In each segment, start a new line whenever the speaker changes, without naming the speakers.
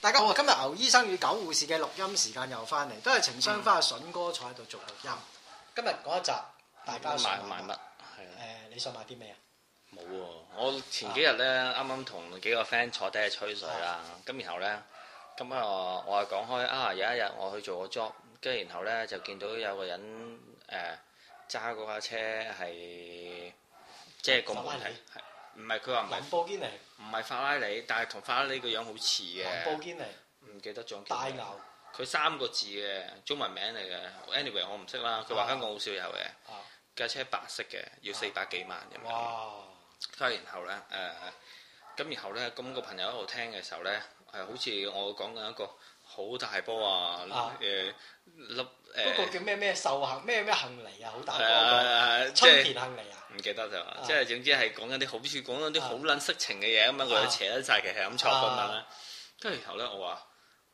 大家好啊！今日牛醫生與狗護士嘅錄音時間又翻嚟，都係情商花阿筍哥坐喺度做錄音。今日嗰一集，大家想
嗯買買乜？係啊，
誒，你想買啲咩啊？
冇喎。我前幾日咧，啱啱同幾個 friend 坐低去吹水
啊
啦。咁然後咧，咁啊，我我係講開啊，有一日我去做個 job，跟住然後咧就見到有個人誒揸嗰架車係，即係個門
法拉
係
利
唔係佢話唔係
林布堅尼，
唔係法拉利，但係同法拉利個樣好似
林布
嘅，
堅尼，
唔記得咗叫
大
咩
牛。
佢三個字嘅中文名嚟嘅，anyway 我唔識啦。佢話香港好少有嘅
啊，
架車白色嘅，要四百幾萬咁樣。
哇！
跟住然後咧，誒、咁然後咧，咁、個朋友喺度聽嘅時候咧，係好似我講緊一個好大波啊，
啊
誒粒呃
嗰個
誒
叫咩咩壽行咩咩行尼啊，好大個
誒，
個，
呃即
春
係
田行尼啊，
唔記得就，即係總之係講緊啲好似講緊啲好撚色情嘅嘢咁樣，
啊
佢扯得晒嘅係咁錯咁樣咧
啊。
跟住然後咧，我話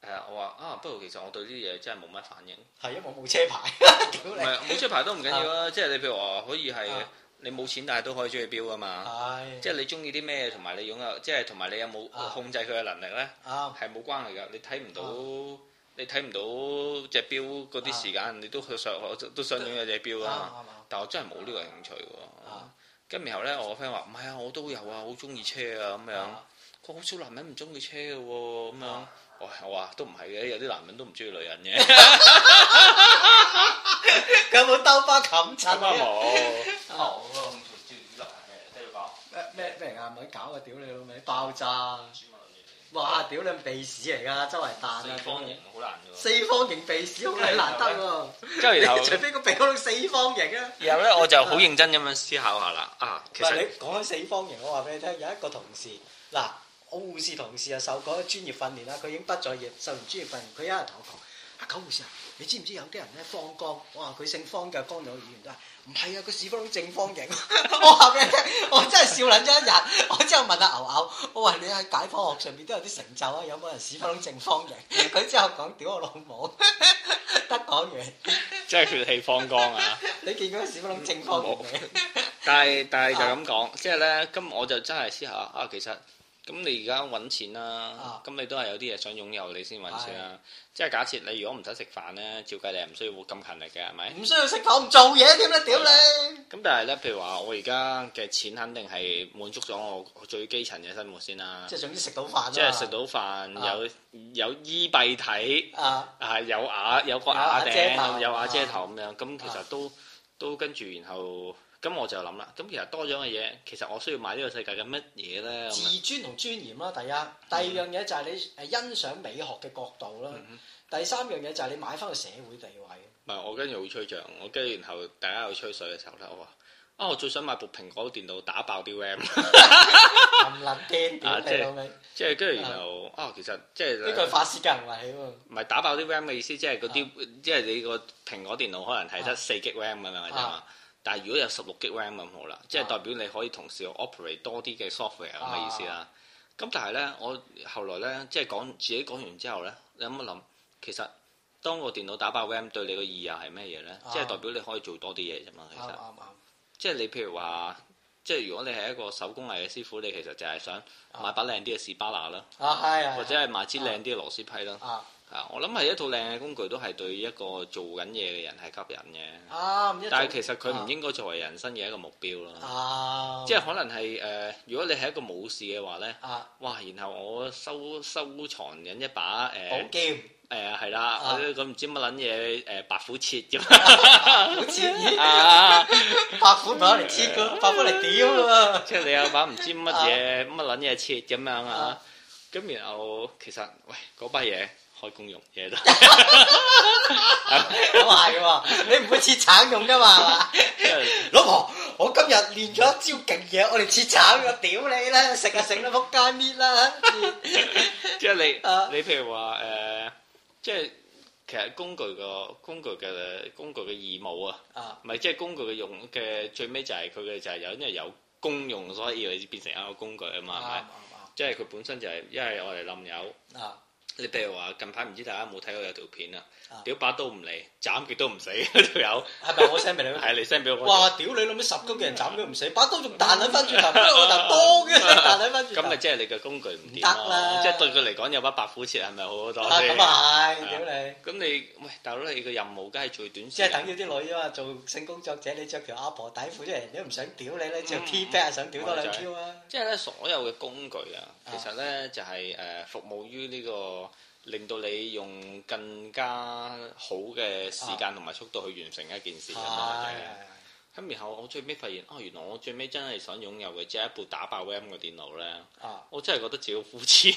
誒、我話啊，不過其實我對呢啲嘢真係冇乜反應。
係因為我冇車 牌，屌
唔
你！
係冇車牌都唔緊 要啊，即係你譬如話可以係
啊
你冇錢，但係都可以中意標噶嘛。
係，
即係你中意啲咩，同埋你擁有，即係同埋你有冇
啊
控制佢嘅能力咧，
啱
係冇關係㗎。你睇唔到，
啊
你睇唔到隻表嗰啲時間，你都去想我都想擁有隻表
啱
㗎嘛。
啱啱。
但我真係冇呢個興趣喎
啊。
跟住然後咧，我個 friend 話唔係啊，我都有啊，好中意車啊咁樣。佢話好少男人唔中意車嘅喎，咁樣。
啊
我我話都唔係嘅，有啲男人都唔中意女 人嘅。
佢有冇兜巴冚襯
咁啊
啊？
冇。好啊，咁就照娛樂嘅，繼續講。
咩咩俾人硬咪搞啊！屌你老味，爆炸！哇！屌你鼻屎嚟㗎，周圍彈啊！
四方形好難嘅喎。
四方形鼻屎好鬼難得
跟
喎，
住然後
你。除非個鼻嗰度四方形啊！
然後咧，我就好認真咁樣思考下啦。啊，
其
其
實你
實
講起四方形，我話俾你聽，有一個同事嗱，我護士同事啊，受過專業訓練啦，啊佢已經畢咗業，受完專業訓練，佢有一日同我講：啊，狗護士啊，你知唔知有啲人咧方剛？我話佢姓方嘅，剛有議員都係唔係啊？佢屎忽窿正方形。我話俾你聽，我真係笑撚咗一日。我之後問阿牛牛，我話你喺解剖學上面都有啲成就啊，有冇人屎忽窿正方形？佢之後講：屌我老母， 得講完。
即係血氣方剛啊！
你見過屎忽窿正方形未？
但係但係就
啊
咁講，即係咧，咁我就真係思考下啊，其實咁你而家揾錢啦
啊，
咁你都係有啲嘢想擁有你先揾錢啦。即係假設你如果唔使食飯咧，照計你係唔需要咁勤力嘅，係咪？
唔需要食飯，唔做嘢添啦，屌你！
咁但係啊咧，譬如話我而家嘅錢肯定係滿足咗我最基層嘅生活先啦，
即係總啊之食到飯啊
即係食到飯有有衣蔽體。
到啊
啊有瓦有
有
個
瓦
瓦
遮頭
頂，有瓦遮
啊
頭咁樣，咁其實都都跟住，然後咁我就諗啦，咁其實多咗嘅嘢，其實我需要買呢個世界嘅乜嘢咧？咁啊樣
自尊同尊嚴啦，第一，第二樣嘢就係你誒欣賞美學嘅角度啦，
嗯
第三樣嘢就係你買翻個社會地 位，
唔係我跟住好吹脹，我跟住然後大家有吹水嘅時候咧，我話啊我最想買部蘋果電腦打爆啲 RAM，
咁撚癲屌
啊
你
即係
老味，呢
即係跟住然後啊其實即係
個係發泄嘅行為嚟喎，
唔係打爆啲
啊
RAM 嘅意思，即係嗰啲即係你個蘋果電腦可能係得
啊
四 G RAM 咁樣啫嘛
啊。
但係如果有十六 G RAM 咁好啦，即係
啊
代表你可以同時 operate 多啲嘅 software 咁嘅意思
啊
啦。咁但係咧，我後來咧即係講自己講完之後咧，你諗一諗，其實當個電腦打爆 RAM 對你個意義係咩嘢咧？
啊
即係代表你可以做多啲嘢啫嘛。其
啱啱
實
啱，
即係你譬如話，即係如果你係一個手工藝嘅師傅，你其實就係想買把靚啲嘅士巴拿啦，
啊係啊，
或者係買支靚啲嘅螺絲批啦。
啊
啊，我諗係一套靚嘅工具，都係對一個做緊嘢嘅人係吸引嘅。
啱，
但係其實佢唔
應
應該作為人生嘅一個目標咯。
啊，
即係可能係誒、呃如果你係一個武士嘅話咧，
啊
哇！然後我收收藏緊一把
寶
誒
劍，
誒係啦，
啊
我呢個唔知乜撚嘢誒白虎切咁
好似咦
啊！
白虎唔係攞嚟切嘅，白虎嚟屌嘅喎，
即係你有把唔知乜嘢乜撚嘢切咁樣啊！咁然後其實喂嗰把嘢開公用嘢都。
咁係喎，你唔會切橙用㗎嘛係嘛？
即係
老婆，我今日練咗一招勁嘢，我哋切橙嘅，屌你啦，食啊食啦，仆街搣啦，
即係你、
啊
你譬如話誒、呃即係其實工具個工具嘅工具嘅義務啊，
啊
唔係即係工具嘅用嘅最尾就係佢嘅就係有因為有功用，所以你變成一個工具啊嘛，係咪？
啱
即係佢本身就係一係我嚟冧友，
啱啊
你譬如話近排唔知大家有冇睇過有條片啊
啊，
屌把刀唔嚟，斬極都唔死嗰條友，
係咪我 send 俾你嗰條？
係你 send 俾我嗰
哇！屌你老味十公幾人斬都唔死，把刀仲彈喺翻轉頭，我 頭當嘅彈喺翻轉
條，咁
頭
咪。即係你嘅工具唔掂
唔得啦
咯，即係對佢嚟講有把白虎切係咪好好多
啊
先
咁？啊係，屌你！
咁你喂大佬你嘅任務梗係最短時
即係
間，
等於啲女啊嘛，做性工作者，你着條阿婆底褲啫，人都唔想屌你咧，着 T back 想屌多兩 Q 啊！
即係咧，所有嘅工具啊，
啊
其實咧就係、誒、服務於呢、個令到你用更加好嘅時間同埋速度去完成一件事咁樣
係
嘅。咁然後我最尾發現，哦，原來我最尾真係想擁有嘅，只係一部打爆 RAM 嘅電腦咧。
啊！
我真係覺得自己好膚淺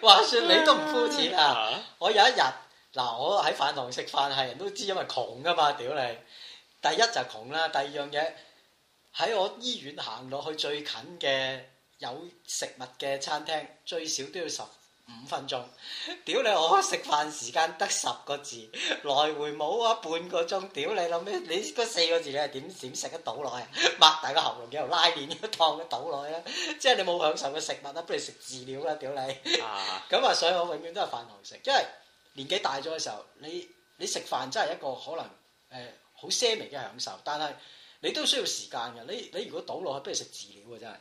話説你都唔膚淺 啊！
啊！
我有一日嗱，我喺飯堂食飯係人都知，因為窮噶嘛，屌你！第一就窮啦，第二樣嘢喺我醫院行落去最近嘅有食物嘅餐廳，最少都要十五分鐘。屌你！我食飯時間得十個字，來回冇啊半個鐘。屌你老味！你嗰四個字你係點點食得到落去啊？擘大個喉嚨，然後拉 鍊咁燙得到落去啦！即係你冇享受過食物啦，不如食飼料啦！屌你！
啊
咁啊，所以我永遠都係飯堂食，因為年紀大咗嘅時候，你你食飯真係一個可能誒好些微嘅享受，但係你都需要時間嘅。你你如果倒落去，不如食飼料啊！真係。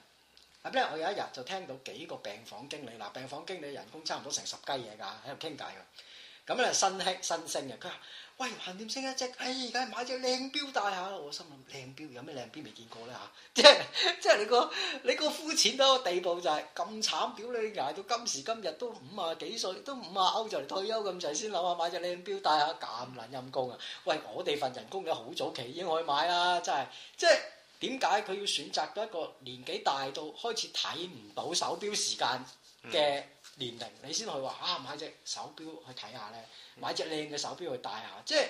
咁咧，我有一日就聽到幾個病房經理，嗱病房經理人工差唔多成十雞嘢㗎，喺度傾偈㗎。咁咧新興新星嘅，佢話：喂，橫掂升啊一隻，唉、哎而家買隻靚錶戴下啦。我心諗靚錶有咩靚錶未見過咧嚇？即係即係你個你個膚淺到個地步就係咁慘，屌你捱到今時今日都五啊幾歲，都五啊歐就嚟退休咁滯，先諗下買隻靚錶戴下，咁撚陰功啊！喂，我哋份人工嘅好早期已經可以買啦，真係即係。點解佢要選擇到一個年紀大到開始睇唔到手錶時間
嗯
嘅年齡，你先去話啊買隻手錶去睇下咧，買隻靚嘅手錶去戴下，即係。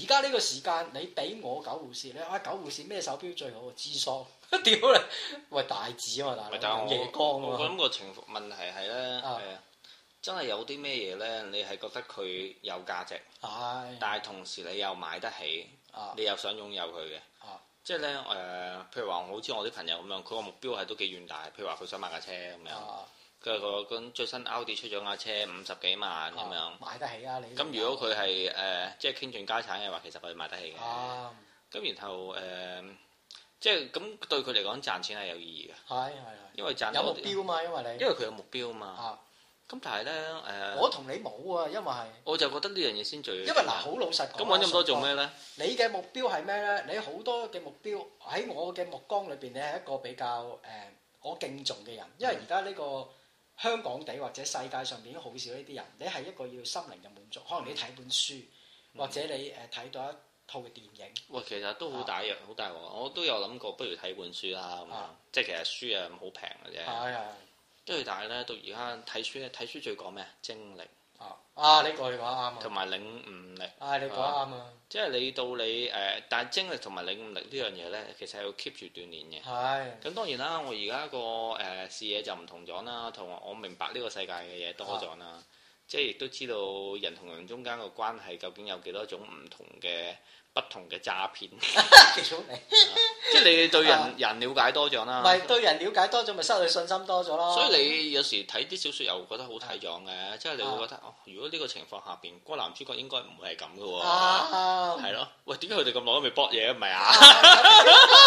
而家呢個時間，你俾我九護士咧，啊九護士咩手錶最好啊？智桑， 屌你！喂大字啊嘛， 大
咪但係
佬
我
有夜光
我
啊嘛，
諗個情況問題係咧
啊
誒，真係有啲咩嘢咧？你係覺得佢有價值，
係
但係同時你又買得起。
啊
你又想擁有佢嘅
啊，
即係咧誒，譬如話好似我啲朋友咁樣，佢個目標係都幾遠大，譬如話佢想買架車咁樣，
啊
佢個嗰最新 Audi 出咗架車五十幾萬咁樣
啊，買得起啊你！
咁如果佢係誒即係傾盡家產嘅話，其實佢係買得起嘅，
啊
咁然後誒即係咁對佢嚟講賺錢係有意義嘅，
係係
因為
係有
賺到
目標嘛，因為你
因為佢有目標嘛，
啊，
咁但係咧
我
誒，
同你冇啊，因為係
我就覺得呢樣嘢先最
因為嗱好老實講，
咁揾咁多做咩咧？
你嘅目標係咩咧？你好多嘅目標喺我嘅目光裏邊，你係一個比較誒、呃我敬重嘅人，因為而家呢個香港地或者世界上邊已經好少呢啲人，你係一個要心靈嘅滿足，可能你睇本
嗯
書，或者你誒睇、到一套嘅電影，
喂，其實
啊
都好大藥，好大鑊。啊我都有諗過，不如睇本書啦咁樣
啊，
即係其實書啊好平嘅啫。
係係啊
跟住但係咧，到而家睇書咧，睇書最講咩啊？精力
啊啊！呢個你講啱啊，
同埋領悟力，
啊你講啱啊，
即係你到你誒、呃但係精力同埋領悟力呢樣嘢咧，其實係要 keep 住鍛鍊嘅。
係
咁當然啦，我而家個誒視野就唔同咗啦，同我明白呢個世界嘅嘢多咗啦，
啊
即係亦都知道人同人中間個關係究竟有幾多種唔同嘅不同嘅詐 騙，
屌你，
即係你對人
啊
人了解多咗啦。
咪對人了解多咗，咪失去信心多咗咯。
啊所以你有時睇啲小説又覺得好睇狀嘅，即係你會覺得哦，如果呢個情況下邊，個男主角應該唔會係咁嘅喎，
啊，
係咯？喂，點解佢哋咁耐都未搏嘢？唔係啊，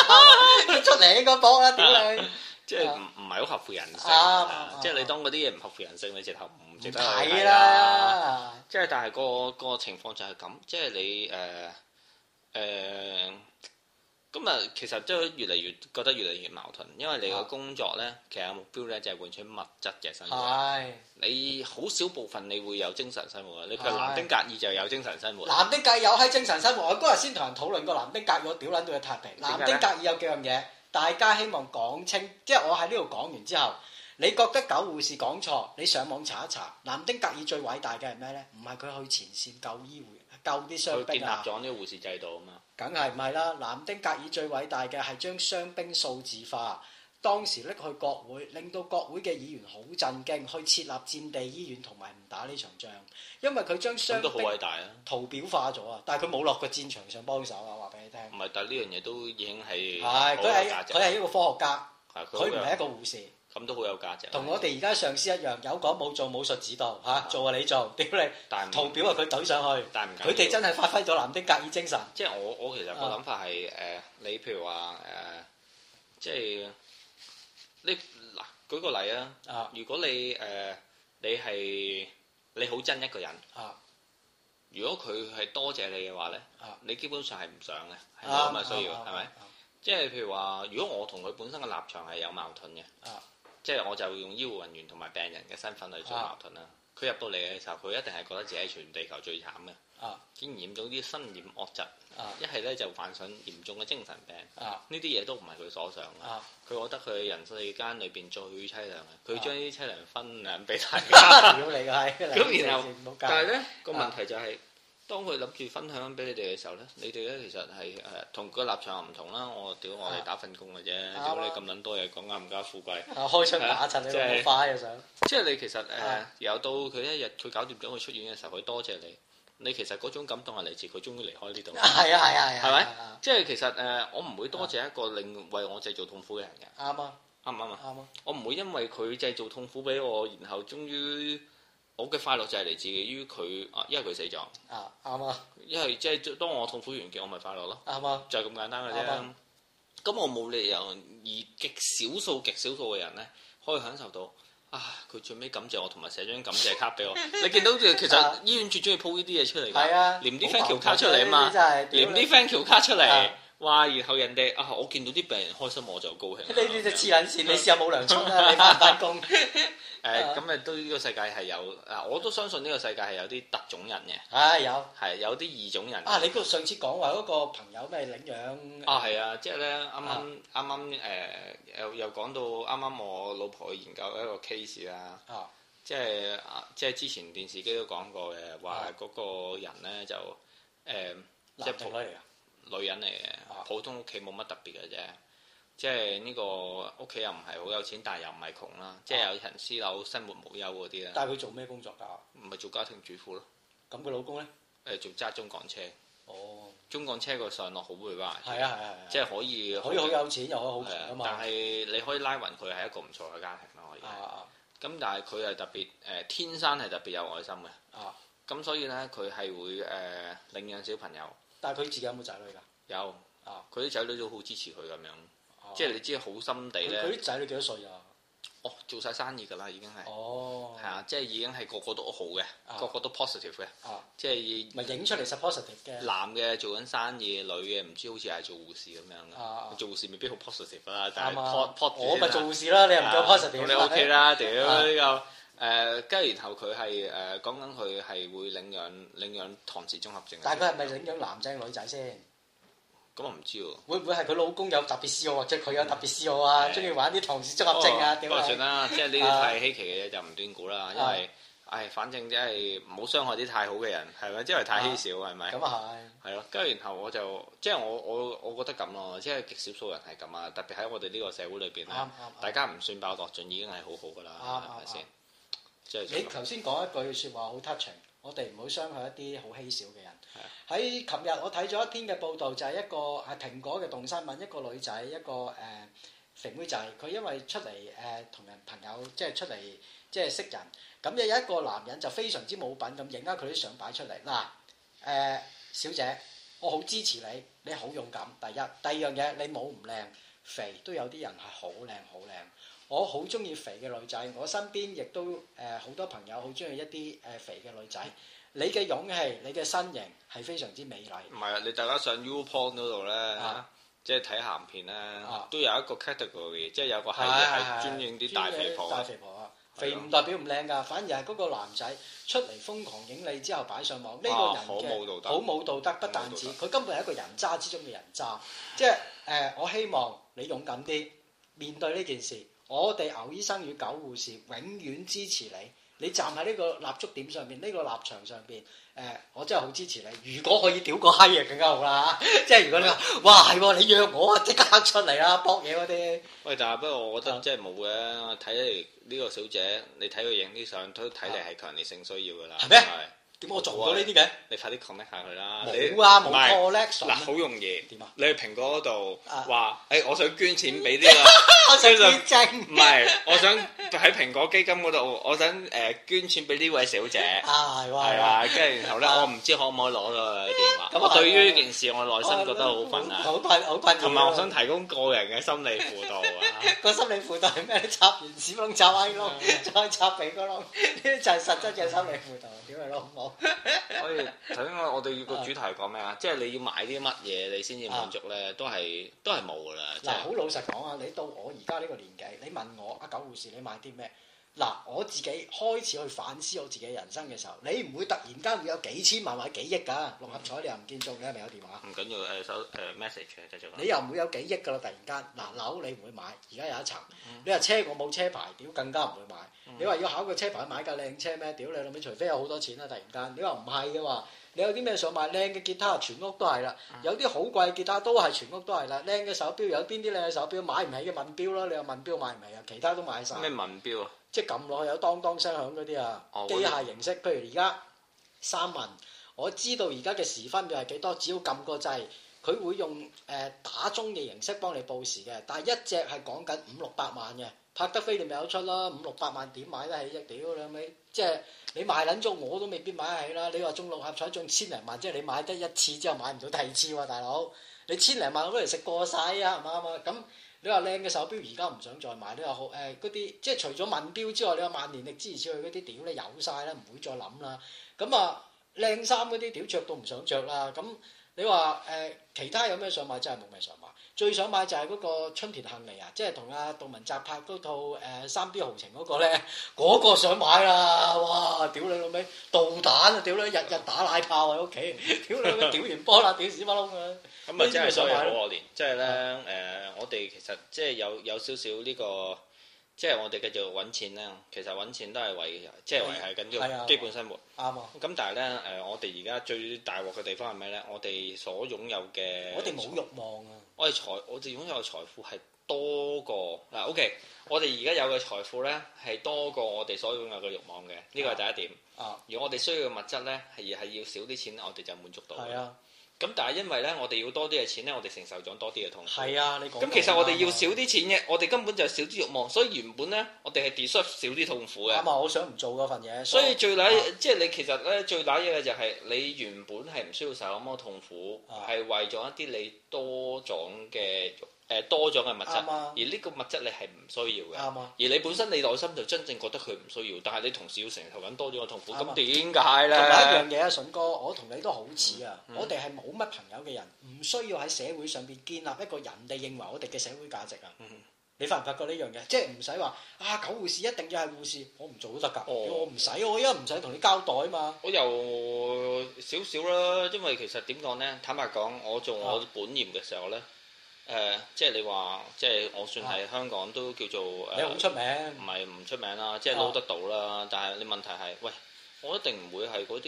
Ờ. 出嚟應該搏啦，屌你！
即係唔唔係好合乎人性
啱啱
啊，即係你當嗰啲嘢唔合乎人性，你直頭唔值
唔
得去
睇
睇啦。
啦。
即係但係個個情況就係咁，即係你誒誒，咁啊，其實都越嚟越覺得越嚟越矛盾，因為你個
啊
工作咧，其實目標咧就係換取物質嘅生活。
係
你好少部分你會有精神生活啊！你譬
係
如南丁格爾就有精神生活，啊
南丁格爾有喺精神生活，我嗰日先同人討論過南丁格爾，我屌撚到佢塌皮。南丁格爾有幾樣嘢，大家希望講清，即係我喺呢度講完之後，你覺得狗護士講錯，你上網查一查，南丁格爾最偉大嘅係咩咧？唔係佢去前線救醫護，救啲傷
佢建
兵
立
啊！
咗呢個護士制度啊嘛。
梗係唔係啦？南丁格爾最偉大嘅係將傷兵數字化，當時拎去國會，令到國會嘅議員好震驚，去設立戰地醫院同埋唔打呢場仗，因為佢將傷
咁都好
兵
偉大啊！
圖表化咗啊！但係佢冇落過戰場上幫手啊！話俾你聽，
唔係，但係呢樣嘢都已經
係
係嗯好
佢
有
係
價值
佢係一個科學家，
係佢好
佢唔
有
係一個護士，
咁都好有價值。啊
同我哋而家上司一樣，有講冇做武術指導嚇，做啊你做，屌你
但唔
圖表啊佢懟上去，
但唔緊要
佢哋真係發揮咗南丁格爾精神。
即係我我其實個
啊
諗法係誒、你譬如話誒、即係你嗱舉個例啊，
啊
如果你誒、你係你好憎一個人，
啊
如果佢係多謝你嘅話咧，
啊
你基本上係唔想嘅，係
啊！
冇咁嘅需要，
啊
係咪？？
啊
即係譬如話，如果我同佢本身嘅立場係有矛盾嘅，
啊
即係我就用醫護人員同埋病人嘅身份去做矛盾啦。佢入到嚟嘅時候，佢一定係覺得自己係全地球最慘嘅，
啊
已經染咗啲身染惡疾，
啊
一係咧就患上嚴重嘅精神病，呢
啊
啲嘢都唔係佢所想嘅。
啊！
佢覺得佢人世間裏邊最凄涼嘅，佢
啊
將呢啲凄涼分兩俾大 家。
屌你個閪！
咁然後
唔好
但
教
係咧個問題就係、當佢諗住分享俾你哋嘅時候咧，
嗯
你哋咧其實係誒同個立場唔同啦。我屌我哋打份工嘅啫，屌你咁撚多嘢講啱唔啱富貴？
啊開槍打柒你
即係
老母花啊想
即係你其實誒、
啊
由到佢一日佢搞掂咗佢出院嘅時候，佢多謝你。你其實嗰種感動係嚟自佢終於離開呢度。
係啊係啊係啊！
係咪
啊啊
即係其實誒、我唔會多謝一個令為我製造痛苦嘅人嘅，
啱啊
啱唔啱啊？
啱啊！
我唔會因為佢製造痛苦俾我，然後終於我嘅快樂就係嚟自於佢啊，因為佢死咗，
啊啱啊
因為即係當我痛苦完結，我咪快樂咯，
啱啊！
就係咁簡單嘅啫
啱啊。
咁我冇理由而極少數極少數嘅人呢，可以享受到啊！佢最尾感謝我，同埋寫張感謝卡 俾我。你見到其
啊
實醫院最中意鋪呢啲嘢出嚟㗎，
係啊！
連啲
好
thank you
矛盾
卡出嚟啊嘛
呢啲真係屌
連
你
啲 thank you 卡出嚟
啊，
哇！然後人哋啊，我見到啲病人開心，我就高 興啦。
呢
啊
啲就黐撚 線，你試下冇糧出啦，你翻唔翻工？
誒
啊
咁誒都呢個世界係有啊，我都相信呢個世界係有啲特種人嘅，
唉，有
係有啲異種人嘅
啊！你嗰度上次講話嗰個朋友咩領養
啊係啊，即係咧啱
啊
啱啱啱誒又又講到啱啱我老婆研究一個 case 啦，
啊
即係啊即係之前電視機都講過嘅，話
啊
嗰個人咧就誒即係
男定女嚟㗎？
女人嚟嘅
啊，
普通屋企冇乜特別嘅啫。即係呢個屋企又唔係好有錢，但係又唔係窮
啊
啦，即係有人私樓，生活無憂嗰啲咧，
但係佢做咩工作㗎？
唔係做家庭主婦咯，
咁佢老公咧？
誒做揸中港車。
哦，
中港車個上落好會話，
係啊係啊
即
係啊，
係可以
可以好有錢又可以好
係
窮
啊
啊嘛。
但係你可以拉勻佢係一個唔錯嘅家庭咯，可以
啊。啊
咁但係佢係特別誒天生係特別有愛心嘅，
啊！
咁所以呢，佢係會誒領養小朋友，
但係佢自己有冇仔女㗎？
有
啊
佢啲仔女都好支持佢咁樣，
啊
即係你知好心地
佢
呢，
佢啲仔女幾多歲啊？
哦做晒生意㗎啦，已經係
哦，
係啊，即係已經係個個都好嘅，
啊
個個都 positive 嘅
啊，
即係
咪影出嚟 supportive 嘅。
男嘅做緊生意，女嘅唔知好似係做護士咁樣嘅，
啊啊
做護士未必好 positive 啦，但
啱
係
啊
po-！po 住
我咪
先啦
做護士啦，你又唔夠
啊
positive
咁你 OK 啦，屌
啊
呢個誒，跟住然後佢係誒講緊佢係會領養領養唐氏綜合症嘅小朋友，
但係佢係咪領養男仔女仔先？
咁我唔知喎。
會唔會係佢老公有特別嗜好，或者佢有特別嗜好啊？
係
中意玩啲唐氏綜合症啊？
不
點
過
啊
算？啦，哦即係呢啲
啊
太稀奇嘅嘢就唔斷估啦，因為唉，反正即係唔好傷害啲太好嘅人，係咪？因為太稀少係咪？
咁啊係，
係咯，跟住然後我就即係我我我覺得咁咯，即係極少數人係咁啊，特別喺我哋呢個社會裏邊
啱
咧，
啱
大
啱。
家唔算爆落盡已經係好好噶啦，係咪
啱啱
先？
啊你
即係就咁
頭先講一句説話好 touching，我哋唔好傷害一啲好稀少嘅人。喺琴日我睇咗一篇嘅報道，就係一個係蘋果嘅動新聞，一個女仔，一個誒、呃肥妹仔，佢因為出嚟誒呃同人朋友即係出嚟即係識人，咁又有一個男人就非常之冇品咁影咗佢啲相擺出嚟嗱誒，呃小姐，我好支持你，你好勇敢。第一，第二樣嘢你冇唔靚，肥都有啲人係好靚好靚。我好中意肥嘅女仔，我身邊亦都誒呃好、多朋友好中意一啲誒、呃肥嘅女仔。你嘅勇氣，你嘅身形係非常之美麗。
唔係啊！你大家上 U Porn 嗰度咧
啊，
即係睇鹹片咧
啊，
都有一個 category，即係有個系列係
係
專影啲大肥婆
大
啊。
肥婆啊！
係咯
肥唔代表唔靚㗎，反而係嗰個男仔出嚟瘋狂影你之後擺上網，呢、
啊
個
好
人嘅
冇道德
好冇道德，不
好冇
但止
道
佢根本係一個人渣之中嘅人渣。即係誒、我希望你勇敢啲面對呢件事。我哋牛醫生與狗護士永遠支持你。你站喺呢個立足點上面，呢、個立場上邊，誒、我真係好支持你。如果可以屌個閪啊，更加好啦！即係如果你話，哇係喎，你約我啊，即刻出嚟啦，搏嘢嗰啲。
喂，但係不過我覺得
啊
即係冇嘅，睇嚟呢個小姐，你睇佢影啲相都睇嚟係強烈性需要㗎啦。
係咩
係
點解我做唔到呢啲嘅？
你快啲 comment 下佢啦。你
冇啊，冇
唔係
collection
嗱，
啊
好容易。
點啊？
你去蘋果嗰度
啊
話，誒，我想捐錢俾呢個，
我想
相
捐
信
精
唔係，我想喺蘋果基金嗰度，我想誒捐錢俾呢位小姐。
啊，係喎
係，啊，跟住然後咧，
啊
我唔知可唔可以攞到佢嘅電話。
咁
我
係
對於
喎
呢件事，我內心覺得好困難。
好困好困擾啊
同埋我想提供個人嘅心理輔導啊。
個心理輔導係咩？插完屎窿插閪窿，再插鼻哥窿，呢啲就係實質嘅心理輔導。屌你老母！
所以頭先我我哋個主題係講咩啊？即係你要買啲乜嘢你先至滿足咧，都係都係冇噶啦。即
嗱，
係
好老實講啊，你到我而家呢個年紀，你問我阿九護士你買啲咩？嗱，我自己開始去反思我自己人生嘅時候，你唔會突然間會有幾千萬或者幾億㗎，六合彩你又唔見中，你係咪有電話？
唔緊要誒手誒 message 嘅繼續啊
你。又唔會有幾億㗎啦，突然間嗱樓你唔會買，而家有一層。你話車我冇車牌，屌更加唔會買。你話要考個車牌買架靚車咩？屌你老味，除非有好多錢啦，突然間。你話唔係嘅話，你有啲咩想買？靚嘅吉他全屋都係啦，有啲好貴嘅吉他都係全屋都係啦。靚嘅手錶有邊啲靚嘅手錶買唔起嘅問錶啦，你話問錶買唔起啊？其他都買晒。
咩文標啊？
即係撳落去有當當聲響嗰啲啊
哦，
機
嗰啲
械形式。譬如而家三文，我知道而家嘅時分表係幾多，只要撳個掣，佢會用誒、呃打鐘嘅形式幫你報時嘅。但係一隻係講緊五六百萬嘅，拍得飛你咪有出啦，五六百萬點買得起啫？屌你咪即係你賣撚咗我都未必買得起啦。你話中六合彩中千零萬，即係你買得一次之後買唔到第二次喎，大佬。你千零萬攞嚟食過晒啊，係咪啱啊？咁你話靚嘅手錶而家唔想再買，你話好誒嗰啲啊即係除咗問錶之外，你話萬年歷之如此類嗰啲屌你有晒啦，唔會再諗啦。咁啊靚衫嗰啲屌着到唔想着啦。咁你話誒、其他有咩想買？真係冇咩想買。最想買就係嗰個春田杏梨啊，即係同阿杜汶澤拍嗰套誒《三 D 豪情》嗰個咧， 嗰、個想買啦！哇，屌你老味，導彈啊！屌你，日日打奶炮啊喺屋企，屌你老味，屌完波啦，屌屎忽窿啊！
咁啊，真係所以
呢啲咪
好
想買
可憐。即係咧誒，我哋其實即係有有少少呢個。即係我哋繼續揾錢咧，其實揾錢都係維，即係維係緊
係啊
呢個基本生活。
啱啊！
咁但係咧，誒、我哋而家最大鑊嘅地方係咩咧？我哋所擁有嘅，
我哋冇欲望啊！
我哋財，我哋擁有嘅財富係多過嗱，OK，我哋而家有嘅財富咧係多過我哋所擁有嘅慾望嘅，呢個係第一點。
啊，
而我哋需要嘅物質咧係係要少啲錢，我哋就滿足到。
係啊，
咁但係因為咧，我哋要多啲嘅錢咧，我哋承受咗多啲嘅痛苦。
係啊，你講
咁
得
其實
好
我哋要
啱啊
少啲錢嘅，我哋根本就少啲慾望，所以原本咧我哋係 deserve 少啲痛苦嘅。
啱啊！我想唔做嗰份嘢，
所以最
啊
乸即係你其實咧最乸嘢嘅就係你原本係唔需要受咁多痛苦，
啊
係、為咗一啲你多種嘅誒多種嘅物質，
啱啊
而呢個物質你係唔需要嘅。
啱啊！
而你本身你內心就真正覺得佢唔需要，但係你同時要承受緊多咗嘅痛苦，
啱啊
咁點解
同埋
咧？
一樣嘢啊，筍哥，我同你都好似啊！
嗯
我哋係冇乜朋友嘅人，唔需要喺社會上邊建立一個人哋認為我哋嘅社會價值啊！
嗯
你發唔發覺呢樣嘢？即係唔使話啊，狗護士一定要係護士，我唔做都得㗎。
哦
我唔使，我因為唔使同你交代啊嘛。
我又少少啦，因為其實點講咧？坦白講，我做
啊
我本業嘅時候咧，誒、即係你話，即係我算係香港都叫做誒。
啊
嗯
你好出名
唔係唔出名啦，即係
啊
撈得到啦。但係你問題係，喂，我一定唔會係嗰啲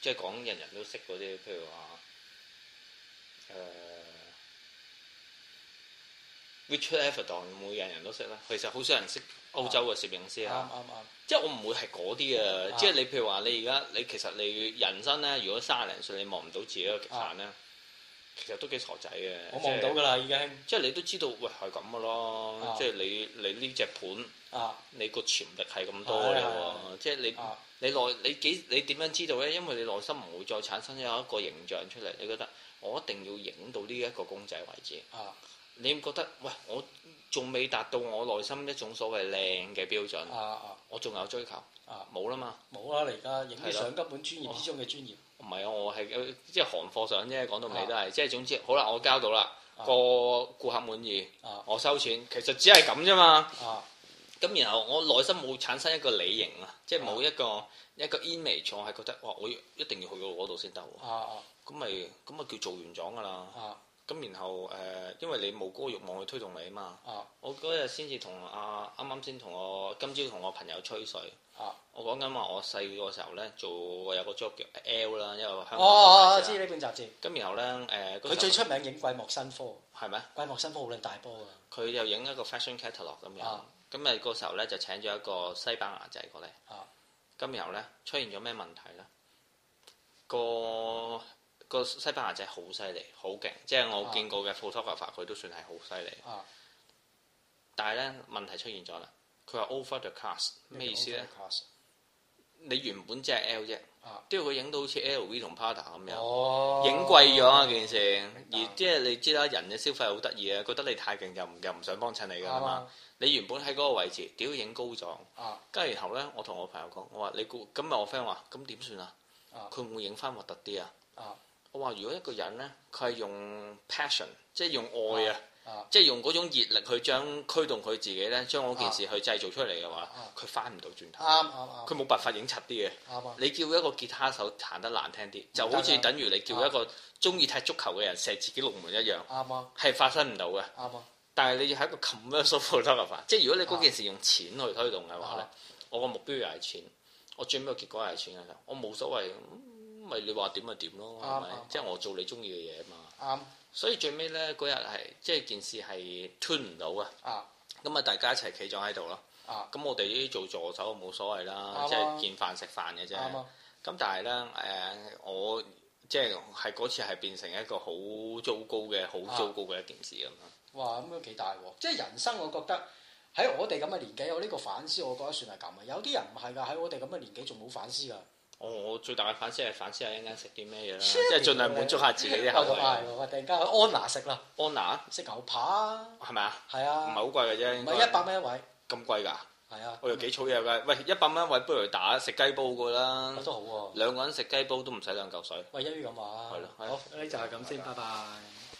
即係講人人都識嗰啲，譬如話誒、Richard Avedon 會人人都識啦。其實好少人識歐洲嘅攝影師
啱啱
啊，
啱
即係我唔會係嗰啲啊。
啊
即係你譬如話你而家你其實你人生咧，如果三十零歲你望唔到自己嘅極限咧，其實都幾傻仔嘅。
啊我望到
即係
㗎啦，已經
即係你都知道，喂係咁噶咯，
啊
即係你你呢只盤。
啊
你個潛力係咁多嘅喎，即係你
啊
你內你幾你點樣知道呢？因為你內心唔會再產生有一個形象出嚟，你覺得我一定要影到呢一個公仔為止。
啊
你覺得喂，我仲未達到我內心一種所謂靚嘅標準
啊，啊！
我仲有追求
啊
冇啦嘛？
冇啦，你而家影啲
係咯
相根本專業之中嘅專業。
唔係啊，我係呃即係行貨上啫，講到
啊
尾都係，即係總之好啦，我交到啦，
啊
個顧客滿意
啊，
我收錢，其實只係咁啫嘛。
啊
咁然後我內心冇產生一個理型啊，即係冇一個一個 image，我係覺得哇，我要一定要去到嗰度先得喎。
啊啊
咁咪咁咪叫做完咗㗎啦。
啊
咁然後誒、呃因為你冇嗰個慾望去推動你啊嘛。
啊
我嗰日先至同阿啱啱先同我今朝同我朋友吹水。
啊！
我講緊話我細個時候咧做有個 job 叫 L 啦，一個香港
哦，我
嘅雜誌
知
啦
呢本雜誌，
咁然後咧誒，啊嗰時候
佢最出名影季莫新科，
係咪？
季莫新科好撚大波啊！
佢又影一個 fashion catalog 咁樣
啊，
咁咪嗰時候咧就請咗一個西班牙仔過嚟
啊，
咁然後咧出現咗咩問題咧？個個西班牙仔好犀利，好勁，即係我
啊
見過嘅 photographer 佢都算係好犀利。
啊，
但係咧問題出現咗啦，佢話 over the cast 咩意思啊咧？你原本只係 L 啫
啊，
都要佢影到好似 LV 同 Prada 咁樣。
哦，
啊影貴咗啊！件事，而
明白
即係你知啦，人嘅消費好得意啊，覺得你太勁又唔又唔想幫襯你㗎啦
啱
嘛。
啊，
你原本喺嗰個位置，屌影高咗
啊，
跟住然後咧，我同我朋友講，我話你估，今日我 friend 話，咁點算啊
啊？
佢會唔會影翻核突啲啊
啊？
我話如果一個人咧，佢係用 passion，即係用愛啊
啊，
即係用嗰種熱力去將驅動佢自己咧，將嗰件事去製造出嚟嘅話
啊，
佢翻唔到轉頭，
啱啱啱
佢冇辦法影柒啲嘅。
啱啊，
你叫一個吉他手彈得難聽啲，就好似等於你叫一個中意踢足球嘅人射自己龍門一樣，
啱啊，
係發生唔到嘅。
啱啊，
但係你要係一個 commercial photographer，即係如果你嗰件事用錢去推動嘅話咧
啊，
我個目標又係錢，我最尾個結果係錢嘅時候，我冇所謂，嗯咪你話點咪點咯，係咪
啱啱？
即係我做你中意嘅嘢嘛。
啱
所以最尾咧嗰日係即係件事係 turn 唔到啊，
啊
咁啊大家一齊企咗喺度咯。
啊
咁我哋呢啲做助手冇所謂啦
啱，啊
即係見飯食飯嘅啫。
啱啊，
咁但係咧，誒、我即係係嗰次係變成一個好糟糕嘅、好
啊
糟糕嘅一件事咁樣。
哇咁樣幾大喎！即係人生，我覺得喺我哋咁嘅年紀有呢個反思，我覺得算係咁啊。有啲人唔係㗎，喺我哋咁嘅年紀仲冇反思㗎。
我我最大嘅反思係反思下一陣間食啲咩嘢啦，
黐
即係盡量滿足下自己啲口
喂同埋
味。啊
喎，突然間去安娜食啦，
安娜
食牛扒啊，
係咪啊？
係
唔係
啊，
好貴嘅啫，
唔
應該
係一百蚊一位，
咁貴㗎？
係啊，
我又幾草嘢㗎。喂，一百蚊一位不如打食雞煲㗎啦
我，都好喎。
兩個人食雞煲都唔使兩嚿水。
喂，一於咁話啊
係咯係咯
好，呢就係咁先，拜拜。